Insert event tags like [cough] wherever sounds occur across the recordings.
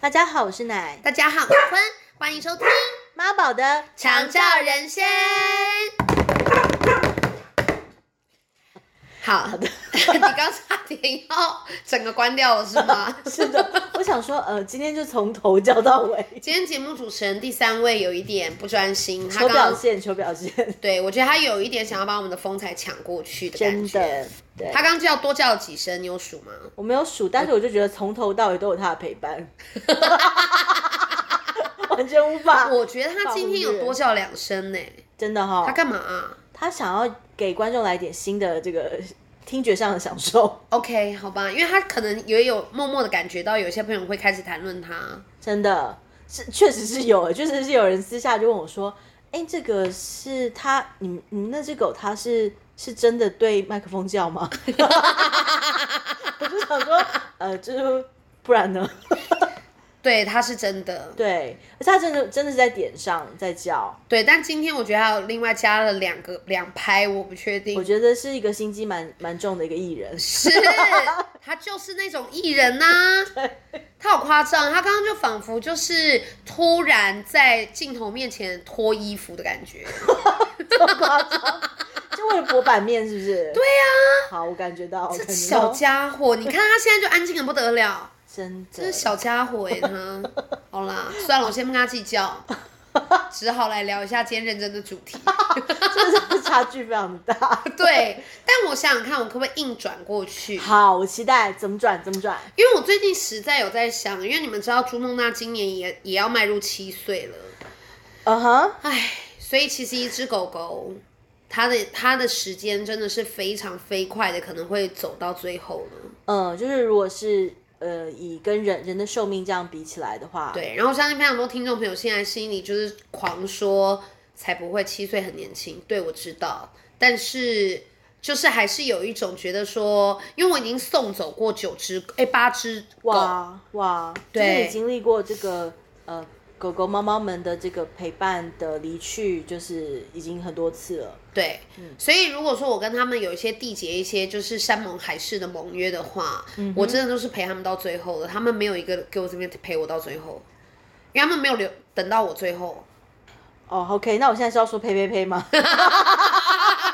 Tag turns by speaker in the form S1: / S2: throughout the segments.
S1: 大家好，我是奶
S2: 大家好，我是坤，欢迎收听《
S1: 妈宝的
S2: 长照人生》。好 [laughs] 的，你刚差点要整个关掉了是
S1: [laughs]
S2: 吗？
S1: 是的，我想说，呃，今天就从头教到尾，
S2: 今天节目主持人第三位有一点不专心，他
S1: 求表
S2: 刚
S1: 现，求表现，
S2: 对我觉得他有一点想要把我们的风采抢过去的感
S1: 真
S2: 觉。
S1: 的，对
S2: 他。刚叫多叫了几声，你有数吗？
S1: 我没有数，但是我就觉得从头到尾都有他的陪
S2: [laughs]
S1: 伴，完全无法。
S2: 我觉得他今天有多叫两声呢。
S1: 真的哈、
S2: 他干嘛啊、
S1: 他想要给观众来点新的这个听觉上的享受，
S2: OK，好吧，因为他可能也有默默的感觉到，有些朋友会开始谈论他。
S1: 真的是确实是有， [laughs] 确实是有人私下就问我说：“哎、这个是他，你们你们那只狗它是是真的对麦克风叫吗？” [laughs] 我就想说，呃，就是不然呢？ [laughs]
S2: 对，他是真的。
S1: 对，而且它真的真的是在点上在叫，
S2: 对，但今天我觉得还有另外加了两个两拍，我不确定
S1: 我。觉得是一个心机蛮蛮重的一个艺人。 [laughs]
S2: 是，他就是那种艺人呐、他好夸张，他刚刚就仿佛就是突然在镜头面前脱衣服的
S1: [laughs]
S2: 感觉。
S1: 就为了博版面是不是？对呀、好，我感觉到，我感觉
S2: 小
S1: 到，
S2: 家伙，你看他现在就安静的不得了，
S1: 真
S2: 这
S1: 的 [laughs]
S2: 是小家伙哎、他。好啦，算了，我先不跟他计较，只好来聊一下今天认真的主题。
S1: 真的是差距非常大。
S2: 对，但我想想看，我可不可以硬转过去？
S1: 好，我期待怎么转怎么转。
S2: 因为我最近实在有在想，因为你们知道朱梦娜今年也也要迈入七岁了，
S1: 嗯哼，
S2: 唉，所以其实一只狗狗，它的它的时间真的是非常飞快的，可能会走到最后了。
S1: 嗯，就是如果是呃以跟人人的寿命这样比起来的话，，
S2: 对，然后我相信非常多听众朋友现在心里就是狂说，才不会七岁很年轻。对，我知道，但是就是还是有一种觉得说，因为我已经送走过九只，哎，八只狗，
S1: 哇啊哇，就是
S2: 对
S1: 你经历过这个呃狗狗猫猫们的这个陪伴的离去，就是已经很多次了。
S2: 对，所以如果说我跟他们有一些缔结一些就是山盟海誓的盟约的话，我真的都是陪他们到最后的，他们没有一个给我这边陪我到最后，因为他们没有留等到我最后。
S1: 哦，OK，那我现在是要说呸呸呸吗？ [laughs]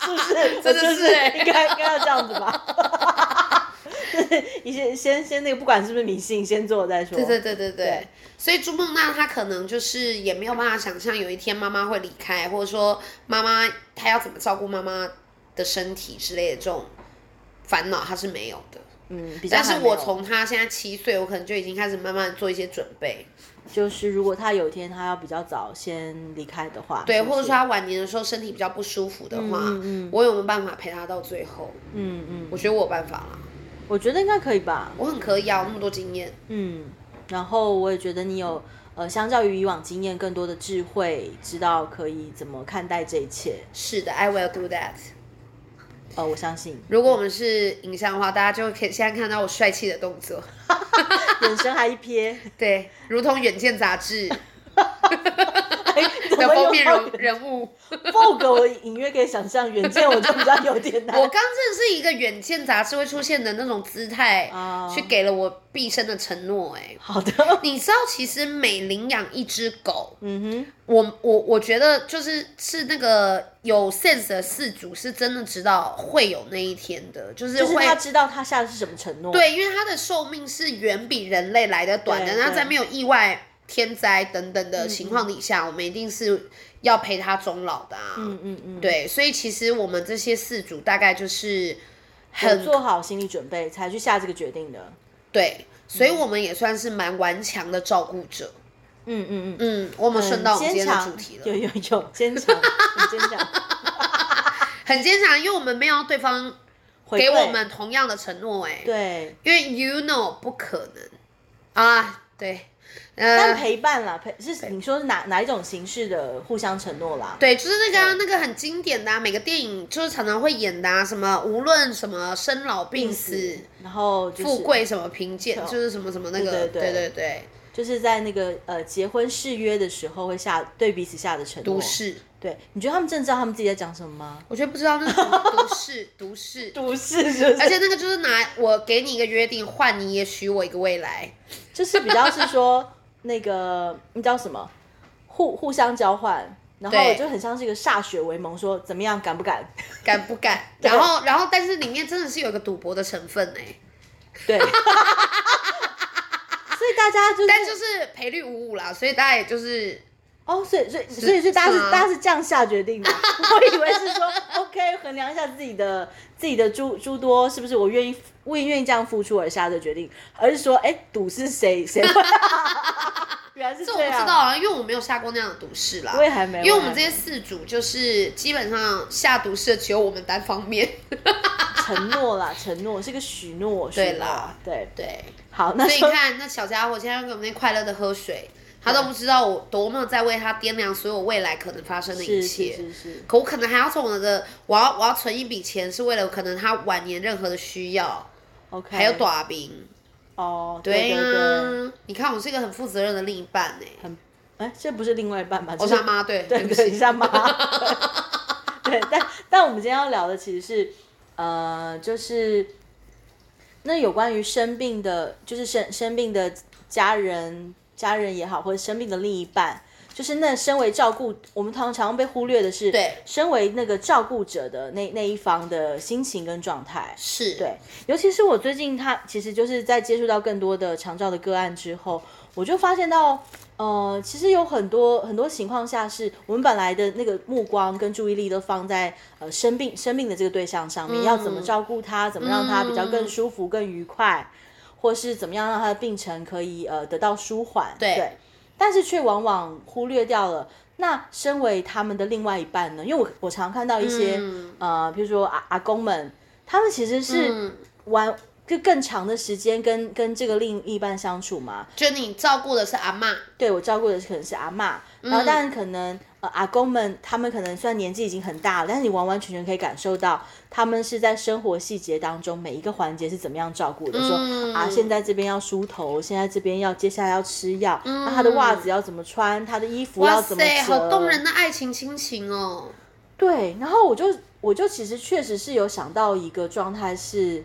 S1: 是不是？我
S2: 真的
S1: 就是
S2: 欸
S1: 应该应该要这样子吧？ [laughs] 就是你先先先那个，不管是不是迷信，先做再说。
S2: 对对对对对，
S1: 对
S2: 所以朱梦娜她可能就是也没有办法想象有一天妈妈会离开，或者说妈妈她要怎么照顾妈妈的身体之类的这种烦恼，她是没有的。
S1: 嗯，比较
S2: 但是
S1: 还没
S2: 我
S1: 有
S2: 从她现在七岁，我可能就已经开始慢慢做一些准备。
S1: 就是如果他有一天他要比较早先离开的话，
S2: 对，
S1: 是不
S2: 或者
S1: 是
S2: 说他晚年的时候身体比较不舒服的话，
S1: 嗯嗯
S2: 我有没有办法陪他到最后？
S1: 嗯嗯，
S2: 我觉得我有办法啦，
S1: 我觉得应该可以吧。
S2: 我很可以啊，我那么多经验。
S1: 嗯，然后我也觉得你有呃，相较于以往经验更多的智慧，知道可以怎么看待这一切。
S2: 是的，I will do that。
S1: 呃，我相
S2: [laughs]
S1: 信
S2: 如果我们是影像的话，大家就可以现在看到我帅气的动作，
S1: 眼神还一
S2: [laughs]
S1: 瞥，
S2: 对，如同《远见》杂 [laughs] 志的
S1: 哎怎么
S2: 封面
S1: 又到
S2: 人人物。
S1: Vogue 我隐约可以想象，远见我就比较有点难
S2: [laughs] 我。刚真的是一个《远见》杂志会出现的那种姿态，
S1: 哦
S2: 啊去给了我毕生的承诺、哎，
S1: 好的，
S2: 你知道，其实每领养一只狗，
S1: 嗯
S2: 我我我觉得就是是那个有 sense 的饲主是真的知道会有那一天的，就
S1: 哼，
S2: 是
S1: 就是
S2: 会
S1: 他知道他下的是什么承诺。，
S2: 对，因为它的寿命是远比人类来的短的，
S1: 对
S2: 那
S1: 对嗯
S2: 在没有意外、天灾等等的情况底下，我们一定是要陪它终老的啊。
S1: 嗯嗯嗯，，
S2: 对，所以其实我们这些饲主大概就是
S1: 有
S2: 很
S1: 做好心理准备才去下这个决定的。
S2: 对，所以我们也算是蛮顽强的照顾者。
S1: 嗯嗯嗯，
S2: 嗯，我们顺到我们今
S1: 坚
S2: 天的
S1: 强
S2: 主题了。
S1: 有有有，坚强，很坚强，
S2: [laughs] 很坚强，因为我们没有让对方
S1: 回
S2: 给
S1: 馈
S2: 我们同样的承诺、哎，
S1: 对，
S2: 因为 you know 不可能啊，对，
S1: 但
S2: 呃，
S1: 陪伴啦，陪是你说是哪哪一种形式的互相承诺啦？
S2: 对，就是那个啊、那个很经典的、啊，每个电影就是常常会演的、啊，什么无论什么生老病死、
S1: 然后就是
S2: 富贵什么贫贱，就是什么什么那个，
S1: 对对对
S2: 对对
S1: 就是在那个呃结婚誓约的时候会下对彼此下的承诺。
S2: 都市，
S1: 对，你觉得他们真的知道他们自己在讲什么吗？
S2: 我觉得不知道那是什么
S1: [laughs]
S2: 都市，都市，
S1: 不是，就是
S2: 而且那个就是拿我给你一个约定，换你也许我一个未来。
S1: 就是比较是说那个那叫什么，互互相交换，然后
S2: 对
S1: 就很像是一个歃血为盟，说怎么样敢不敢？
S2: 敢不敢？
S1: [laughs]
S2: 然后，然后，但是里面真的是有一个赌博的成分呢、欸 [laughs]
S1: 对，所以大家就是
S2: 但就是赔率五五啦，所以大家也就是
S1: 哦，所以所以所以所以大家是
S2: 是啊
S1: 大家是这样下决
S2: [laughs]
S1: 定的，我以为是说 OK 衡量一下自己的自己的诸诸多是不是我愿意我也愿意这样付出而下的决定，而是说哎赌是谁谁
S2: [laughs]
S1: 会，原来是
S2: 这我
S1: 这
S2: 不知
S1: 样，
S2: 道啊，因为我没有下过那样的赌市啦
S1: 我。也还没，
S2: 因为我
S1: 还
S2: 们这
S1: 没
S2: 些四组就是基本上下毒社只有我们单方面，
S1: 承诺啦，承诺是个许诺，许
S2: 对
S1: 诺
S2: 啦，
S1: [laughs] 对，
S2: 对，
S1: 好，那
S2: 所以
S1: 说
S2: 你看那小家伙现在给我们那快乐的喝水，他都不知道我多么在为他掂量所有未来可能发生的一
S1: 是
S2: 切。
S1: 是是是，
S2: 可我可能还要从我的，我要我要存一笔钱，是为了可能他晚年任何的需要，
S1: OK，
S2: 还有短兵。哎
S1: 哦，对
S2: 呀、
S1: 对，
S2: 你看我是一个很负责任的另一半呢、
S1: 很哎，这不是另外一半吧？
S2: 我
S1: 这
S2: 是他妈，对，
S1: 对
S2: 不
S1: 对，
S2: 起
S1: 你像
S2: [laughs]
S1: 妈。对，但但我们今天要聊的其实是，呃，就是那有关于生病的，就是生生病的家人、家人也好，或者生病的另一半，就是那身为照顾，我们常常被忽略的是，
S2: 对
S1: 身为那个照顾者的那那一方的心情跟状态。
S2: 是，
S1: 对，尤其是我最近他其实就是在接触到更多的长照的个案之后，我就发现到，呃，其实有很多很多情况下是我们本来的那个目光跟注意力都放在呃生病生病的这个对象上面，要怎么
S2: 嗯
S1: 照顾他，怎么让他比较更舒服、更愉快，或是怎么样让他的病程可以呃得到舒缓，对但是却往往忽略掉了。那身为他们的另外一半呢？因为我我常看到一些、
S2: 嗯
S1: 呃，比如说阿阿公们，他们其实是
S2: 嗯，
S1: 玩就更长的时间跟跟这个另一半相处嘛。
S2: 就你照顾的是阿妈，
S1: 对我照顾的是可能是阿嬷，然后但可能、呃阿公们他们可能虽然年纪已经很大了，但是你完完全全可以感受到他们是在生活细节当中每一个环节是怎么样照顾的。说啊，
S2: 嗯
S1: 现在这边要梳头，现在这边要接下来要吃药，那他的袜子要怎么穿，他的衣服要
S2: 哇
S1: 怎么折，
S2: 塞，好动人的爱情亲情哦。
S1: 对，然后我就我就其实确实是有想到一个状态是，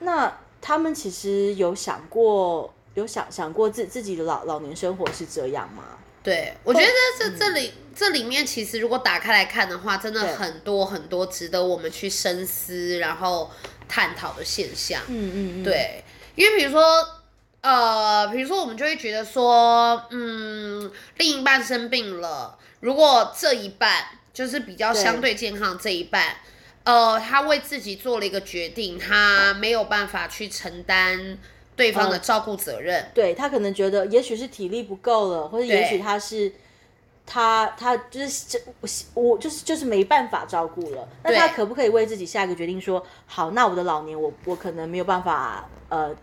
S1: 那他们其实有想过有想想过自自己的老老年生活是这样吗？
S2: 对，我觉得这这里、这里面其实如果打开来看的话，真的
S1: 对
S2: 很多很多值得我们去深思，然后探讨的现象。
S1: 嗯嗯嗯，，
S2: 对，因为比如说，呃，比如说我们就会觉得说，嗯，另一半生病了，如果这一半就是比较
S1: 对
S2: 相对健康的这一半，呃，他为自己做了一个决定，他没有办法去承担对方的照顾责任。
S1: 对他可能觉得也许是体力不够了，或者也
S2: 对
S1: 许他是。他他就是这我我就是就是没办法照顾了，那
S2: 对
S1: 他可不可以为自己下一个决定说，好，那我的老年我我可能没有办法呃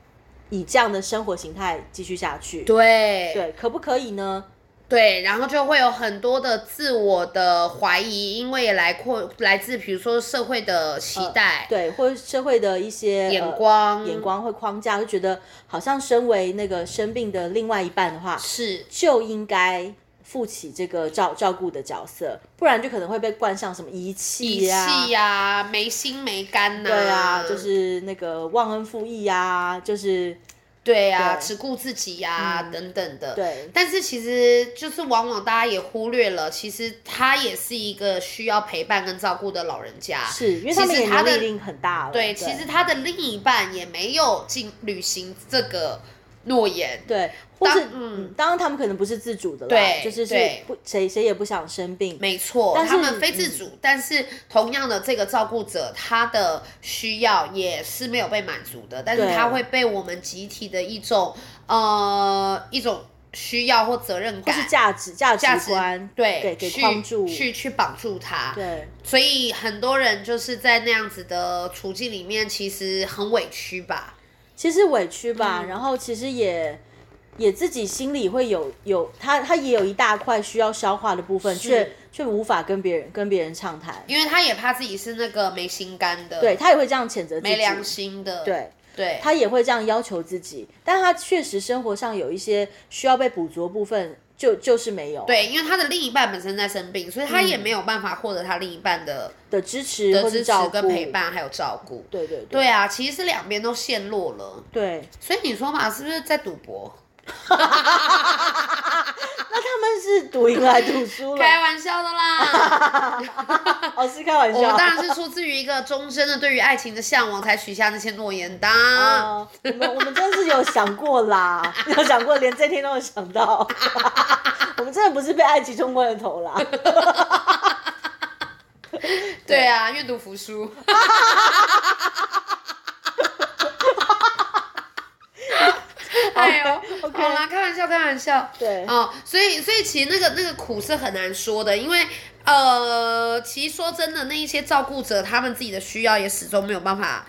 S1: 以这样的生活形态继续下去，
S2: 对
S1: 对，可不可以呢？
S2: 对，然后就会有很多的自我的怀疑，因为来过来自比如说社会的期待、
S1: 呃对，或者社会的一些
S2: 眼、光、
S1: 呃眼光会框架，会觉得好像身为那个生病的另外一半的话，
S2: 是
S1: 就应该负起这个照照顾的角色，不然就可能会被冠上什么遗
S2: 底
S1: 弃呀、
S2: 气呀、没心没肝呐、
S1: 啊对啊，就是那个忘恩负义呀、就是
S2: 对呀、
S1: 对嗯
S2: 只顾自己呀、等等的。
S1: 对
S2: 但是其实就是往往大家也忽略了，其实他也是一个需要陪伴跟照顾的老人家。
S1: 是因为他们
S2: 其实
S1: 也
S2: 他
S1: 年
S2: 的
S1: 龄已经很大了，对，
S2: 对，其实他的另一半也没有尽履行这个诺言。
S1: 对。或是
S2: 当嗯
S1: 嗯，当然他们可能不是自主的啦，
S2: 对
S1: 就是是
S2: 对
S1: 不谁谁也不想生病，
S2: 没错，
S1: 但是嗯
S2: 他们非自主，但是同样的，这个照顾者他的需要也是没有被满足的，但是
S1: 对
S2: 他会被我们集体的一种呃一种需要或责任
S1: 或是
S2: 感。
S1: 价值价
S2: 价
S1: 值
S2: 值
S1: 观，
S2: 对
S1: 给给框住
S2: 去，去去绑住他，
S1: 对，
S2: 所以很多人就是在那样子的处境里面，其实很委屈吧。
S1: 其实委屈吧，
S2: 嗯
S1: 然后其实也也自己心里会有有他他也有一大块需要消化的部分，
S2: 是
S1: 却却无法跟别人跟别人畅谈，
S2: 因为他也怕自己是那个没心肝的，
S1: 对，他也会这样谴责自己，
S2: 没良心的，
S1: 对。
S2: 对
S1: 他也会这样要求自己，但他确实生活上有一些需要被补足的部分，就就是没有
S2: 对，因为他的另一半本身在生病，所以他也
S1: 嗯
S2: 没有办法获得他另一半的
S1: 的支持或者
S2: 的支持
S1: 照顾
S2: 跟陪，伴，还有照顾。
S1: 对对对
S2: 对啊，其实是两边都陷落了，
S1: 对。
S2: 所以你说嘛，是不是在赌
S1: [laughs]
S2: 博？
S1: 那他们是赌赢了还是赌输了？
S2: [laughs] 开玩笑的啦，
S1: [laughs] 哦，是开玩
S2: 我们
S1: 笑。
S2: 当然是出自于一个终身的对于爱情的向往，才许下那些诺言的啊。
S1: 哦，我们我们真是有想过
S2: [laughs]
S1: 啦，有想过，连这天都有想到。我们真的不是被爱情冲昏了头
S2: [laughs]
S1: 啦。
S2: 对啊，愿赌服输。 [laughs] 哎呦
S1: OK，OK
S2: 好啦，开玩笑，开玩笑。
S1: 对
S2: 哦，所以所以其实那个那个苦是很难说的，因为呃，其实说真的，那一些照顾者他们自己的需要也始终没有办法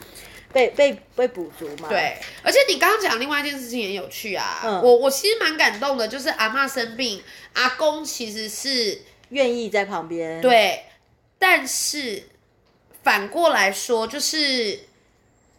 S1: 被被被补足嘛。，
S2: 对，而且你刚刚讲另外一件事情也很有趣啊，
S1: 嗯
S2: 我我其实蛮感动的，就是阿嬷生病，阿公其实是
S1: 愿意在旁边。，
S2: 对，但是反过来说，就是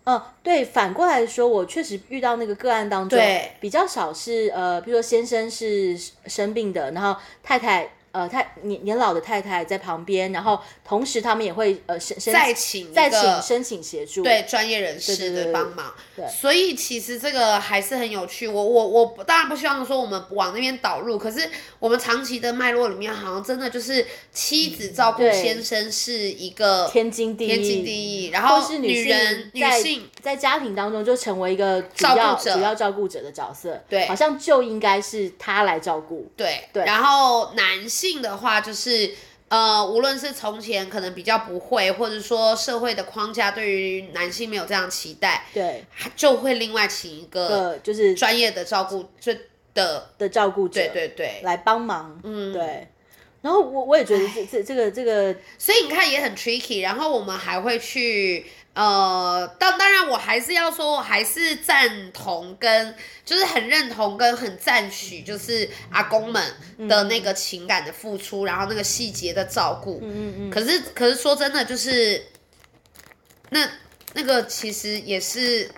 S1: 嗯、对，反过来说，我确实遇到那个个案当中，
S2: 对
S1: 比较少是呃，比如说先生是生病的，然后太太。呃，太年年老的太太在旁边，然后同时他们也会呃申申
S2: 再请一
S1: 再
S2: 个
S1: 请申请协助，
S2: 对专业人士
S1: 对对
S2: 的
S1: 对
S2: 帮忙
S1: 对。
S2: 所以其实这个还是很有趣。我我我不当然不希望说我们往那边导入，可是我们长期的脉络里面，好像真的就是妻子照顾
S1: 对
S2: 先生是一个
S1: 天经地义，
S2: 天经地义，然
S1: 或
S2: 后
S1: 是
S2: 女人女
S1: 在
S2: 性
S1: 在家庭当中就成为一个主
S2: 照顾
S1: 要
S2: 者
S1: 主要照顾者的角色，
S2: 对
S1: 好像就应该是他来照顾，
S2: 对，
S1: 对
S2: 然后男性的话就是。呃，无论是从前可能比较不会，或者说社会的框架对于男性没有这样期待，
S1: 对，
S2: 就会另外请一个
S1: 呃，就是
S2: 专业的照顾这的，
S1: 的照顾者，
S2: 对对对。
S1: 来帮忙，嗯，对。然后我我也觉得这这这个这个
S2: 所以你看也很 tricky，然后我们还会去呃，当当然我还是要说，我还是赞同跟就是很认同跟很赞许，就是阿公们的那个情感的付出，然后那个细节的照顾，
S1: 嗯嗯嗯，
S2: 可是，可是说真的，就是那那个其实也是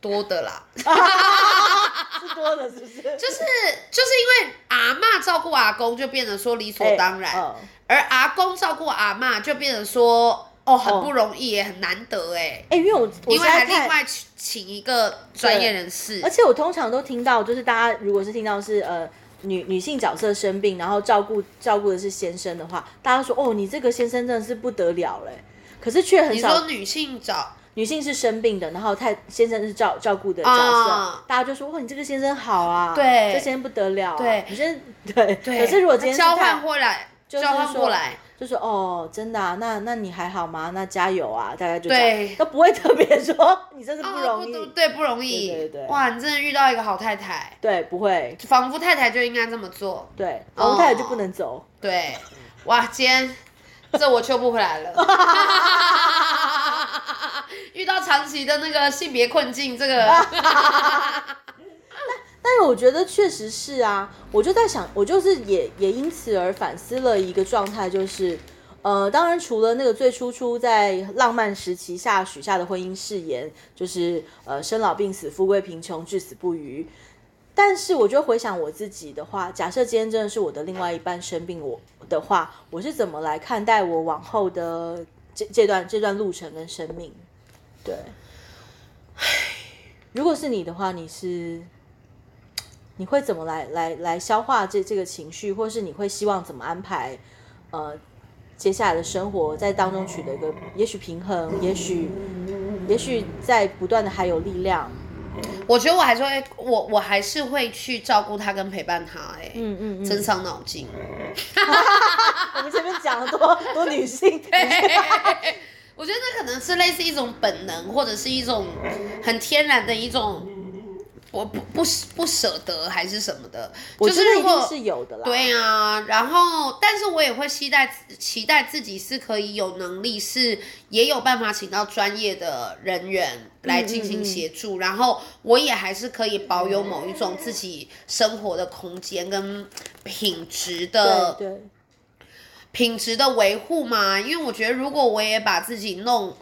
S2: 多的
S1: [laughs]
S2: 啦，
S1: 是 [laughs] 多的，是不是？就
S2: 就是就是因为阿嬷照顾阿公，就变成说理所当然，
S1: 哦
S2: 而阿公照顾阿嬷，就变成说哦很
S1: 哦
S2: 不容易也很难得哎，
S1: 哎，因为我我
S2: 因
S1: 现
S2: 为还
S1: 在
S2: 另
S1: 看，
S2: 外请请一个专业人士
S1: 而，且我通常都听到，就是大家如果是听到是呃女女性角色生病，然后照顾照顾的是先生的话，大家说哦，你这个先生真的是不得了嘞。可是却很
S2: 你
S1: 少
S2: 说女性找
S1: 女性是生病的，然后太先生是照照顾的角色，
S2: 啊
S1: 大家就说哇，你这个先生好啊，
S2: 对
S1: 这先生不得了、啊，
S2: 对
S1: 你先对
S2: 对，
S1: 可是如果今天是
S2: 交
S1: 太
S2: 换过来，
S1: 就是
S2: 交换过
S1: 说
S2: 来，
S1: 就说哦，真的啊，那那你还好吗？那加油啊，大概就这
S2: 对
S1: 样，都不会特别说你真是不
S2: 哦
S1: 容易，
S2: 对不容易，
S1: 对对对
S2: 哇，你真的遇到一个好太太。
S1: 对，不会，
S2: 仿佛太太就应该这么做。
S1: 对，然
S2: 哦
S1: 后太太就不能走，
S2: 对，哇，今天这我救不
S1: [laughs]
S2: 回来了。 [laughs] 遇到长期的那个性别困境，
S1: [laughs]
S2: 这个
S1: 但是我觉得确实是啊，我就在想，我就是也也因此而反思了一个状态，就是，呃，当然除了那个最初初在浪漫时期下许下的婚姻誓言，就是呃生老病死、富贵贫穷、至死不渝。但是我就回想我自己的话，假设今天真的是我的另外一半生病我的话，我是怎么来看待我往后的这这段这段路程跟生命？对，如果是你的话，你是你会怎么来来来消化这这个情绪，或是你会希望怎么安排？呃，接下来的生活在当中取得一个，也许平衡，也许也许在不断的还有力量。
S2: 我觉得我还是会，我我还是会去照顾他跟陪伴他、哎、
S1: 嗯嗯
S2: 真伤脑筋。
S1: [laughs] 我们前面讲了
S2: [laughs]
S1: 多多女性， [laughs]
S2: 我觉得那可能是类似一种本能，或者是一种很天然的一种，我不不不舍得还是什么的。
S1: 我
S2: 就
S1: 觉
S2: 是
S1: 得
S2: 如
S1: 一定
S2: 果
S1: 是有的啦。
S2: 对啊，然后但是我也会期待期待自己是可以有能力，是也有办法请到专业的人员来
S1: 嗯
S2: 进行协助，然后我也还是可以保有某一种自己生活的空间跟品质的
S1: 对对
S2: 品质的维护嘛。因为我觉得如果我也把自己弄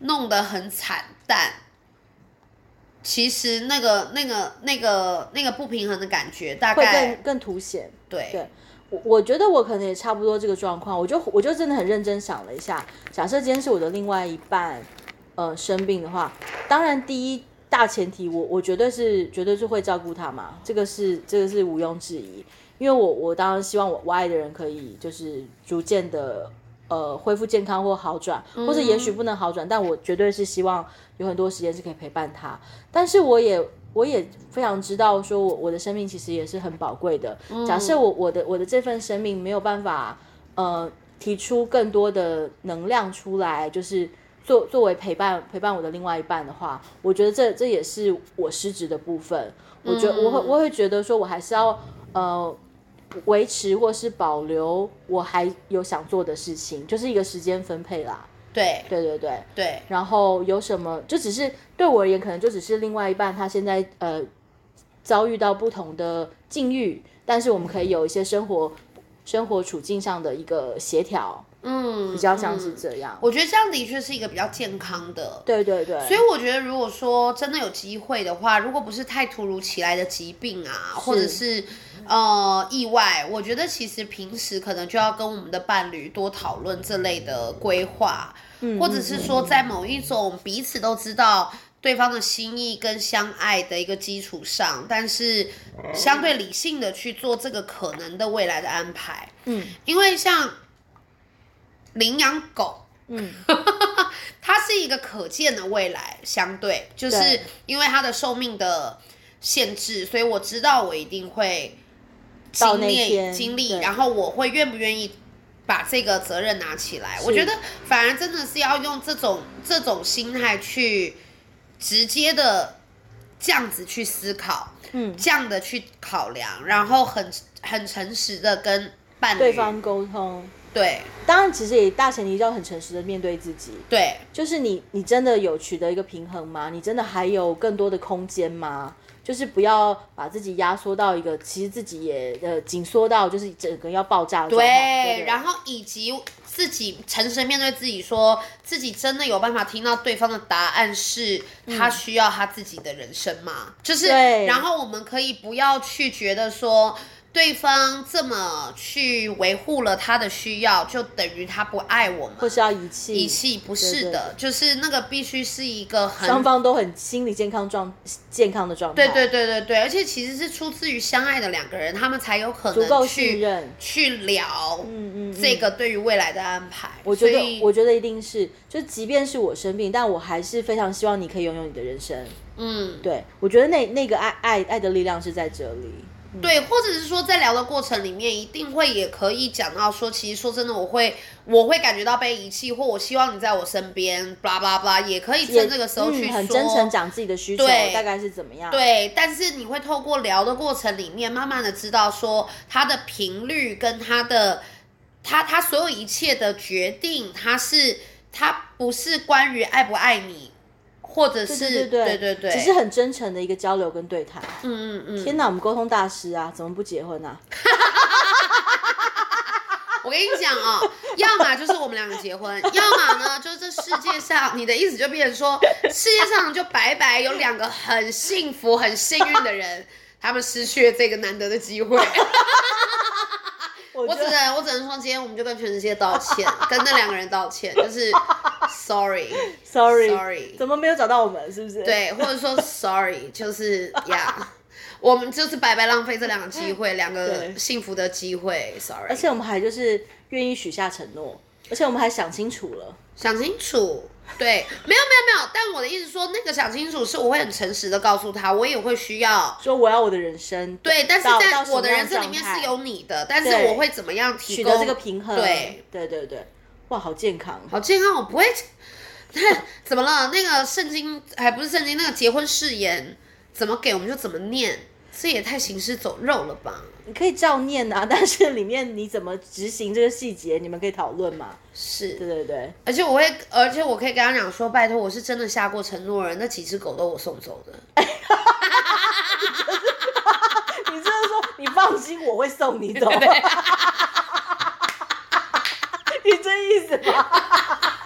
S2: 弄得很惨淡，其实那个那个那个那个不平衡的感觉，大
S1: 会
S2: 概
S1: 更更凸显。
S2: 对
S1: 对我我觉得我可能也差不多这个状况，我就我就真的很认真想了一下，假设今天是我的另外一半，呃，生病的话，当然第一大前提我，我绝对是绝对是会照顾他嘛，这个是这个是毋庸置疑，因为我我当然希望我我爱的人可以就是逐渐的呃恢复健康或好转，或者也许不能好转，但我绝对是希望有很多时间是可以陪伴他，但是我也我也非常知道，说我我的生命其实也是很宝贵的。假设我我的我的这份生命没有办法呃提出更多的能量出来，就是作作为陪伴陪伴我的另外一半的话，我觉得这这也是我失职的部分。我觉得我会我会觉得说我还是要呃。维持或是保留我还有想做的事情，就是一个时间分配啦。
S2: 对
S1: 对对对，
S2: 对
S1: 然后有什么，就只是对我而言，可能就只是另外一半他现在呃遭遇到不同的境遇，但是我们可以有一些生活生活处境上的一个协调，
S2: 嗯，
S1: 比较像是这样。
S2: 我觉得这样的确是一个比较健康的。
S1: 对对对，
S2: 所以我觉得，如果说真的有机会的话，如果不是太突如其来的疾病啊，或者是呃意外，我觉得其实平时可能就要跟我们的伴侣多讨论这类的规划，
S1: 嗯
S2: 或者是说在某一种彼此都知道。对方的心意跟相爱的一个基础上，但是相对理性的去做这个可能的未来的安排，
S1: 嗯
S2: 因为像领养狗，
S1: 嗯，
S2: [laughs] 它是一个可见的未来，相对就是
S1: 对
S2: 因为它的寿命的限制，所以我知道我一定会
S1: 到
S2: 经
S1: 那
S2: 历
S1: 天
S2: 经历，
S1: 对
S2: 然后我会愿不愿意把这个责任拿起来。我觉得反而真的是要用这种这种心态去直接的这样子去思考，
S1: 嗯，
S2: 这样的去考量，然后很很诚实的跟伴侣
S1: 对方沟通，
S2: 对
S1: 当然其实也大前提要很诚实的面对自己，
S2: 对
S1: 就是你，你真的有取得一个平衡吗？你真的还有更多的空间吗？就是不要把自己压缩到一个，其实自己也呃紧缩到就是整个要爆炸的状态。
S2: 对，哎然后以及自己诚实地面对自己说，自己真的有办法听到对方的答案是他需要他自己的人生吗？就是，
S1: 嗯对
S2: 然后我们可以不要去觉得说。对方这么去维护了他的需要，就等于他不爱我们，
S1: 或是要遗弃，
S2: 遗弃不是的，就是那个必须是一个很
S1: 双方都很心理健康状健康的状态，
S2: 对对对对对，而且其实是出自于相爱的两个人，他们才有可
S1: 足够
S2: 能
S1: 信
S2: 去
S1: 任。
S2: 去聊
S1: 嗯嗯，嗯
S2: 这个对于未来的安排。
S1: 我觉
S2: 所
S1: 得
S2: 以
S1: 我觉得一定是，就即便是我生病，但我还是非常希望你可以拥有你的人生。
S2: 嗯，
S1: 对我觉得那那个爱爱爱的力量是在这里。
S2: 对，或者是说在聊的过程里面，一定会也可以讲到说，其实说真的，我会我会感觉到被遗弃，或我希望你在我身边，blah blah blah，也可以趁这个时候去
S1: 嗯、
S2: 说，
S1: 很真诚讲自己的需求，
S2: 对
S1: 大概是怎么样？
S2: 对，但是你会透过聊的过程里面，慢慢的知道说他的频率跟他的他他所有一切的决定，他是他不是关于爱不爱你，或
S1: 对
S2: 者是
S1: 对
S2: 对
S1: 对
S2: 对对
S1: 只是很真诚的一个交流跟对谈。
S2: 嗯嗯嗯，
S1: 天哪，我们沟通大师啊，怎么不结婚啊？
S2: 我跟你讲啊、要么就是我们两个结婚，要么呢就是这世界上，你的意思就变成说，世界上就白白有两个很幸福、很幸运的人，他们失去了这个难得的机会。
S1: 我
S2: 我
S1: 觉得
S2: 只能我只能说，今天我们就跟全世界道歉，跟那两个人道歉，就是 sorry，
S1: sorry
S2: sorry
S1: 怎么没有找到我们？是不是？，
S2: 对，或者说 sorry，就是呀。我们就是白白浪费这两个机会，两个
S1: 对
S2: 幸福的机会，sorry。
S1: 而且我们还就是愿意许下承诺，而且我们还想清楚了。
S2: 想清楚，对，没有没有没有，但我的意思说，那个想清楚是我会很诚实的告诉他，我也会需要。
S1: 说我要我的人生，
S2: 对，但是
S1: 到
S2: 在
S1: 到什
S2: 我的
S1: 么样
S2: 人生里
S1: 状
S2: 面
S1: 态
S2: 是有你的，但是
S1: 对
S2: 我会怎么样提
S1: 取
S2: 供
S1: 得这个平衡。
S2: 对，
S1: 对对对，哇，好健康。啊
S2: 好健康，我不会。 [laughs] 怎么了？那个圣经还不是圣经，那个结婚誓言怎么给我们就怎么念，这也太行尸走肉了吧？
S1: 你可以照念啊， [laughs] 但是里面你怎么执行这个细节，你们可以讨论嘛。对
S2: 是，
S1: 对对，
S2: 而且我会，而且我可以跟他讲说，拜托，我是真的下过承诺人，那几只狗都我送走的。
S1: 你就是说你放心，我会送你走。 [laughs] 你这意思吗？ [laughs]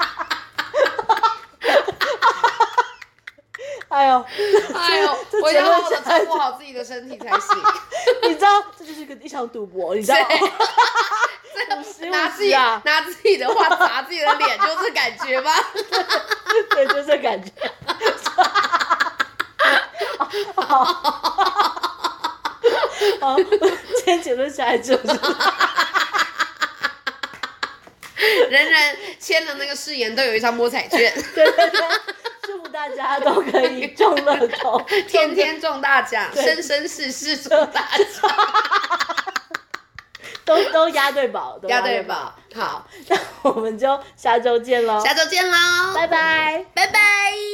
S1: 哎呦，
S2: [laughs] 哎呦
S1: 这，
S2: 我一定要好
S1: 这
S2: 的照顾好自己的身体才行。
S1: 你知道这就是一个一场赌博， [laughs] 你知道吗？ [laughs] 五十
S2: [laughs] 拿自
S1: 五
S2: 己
S1: 十啊，
S2: 拿自己的话砸自己的脸，就这感觉吗？
S1: 对，就这感觉。好，今天结论下来就是
S2: 人人签了那个誓言，都有一张摸彩券，
S1: 对对对，祝福大家都可以中乐透，
S2: 天天中大奖，
S1: 对
S2: 生生世世中大
S1: [laughs]
S2: 奖，
S1: 都都押对宝，都
S2: 押对。
S1: [laughs]
S2: 宝。好，
S1: 那我们就下周见喽，
S2: 下周见喽，
S1: 拜拜。
S2: 拜拜。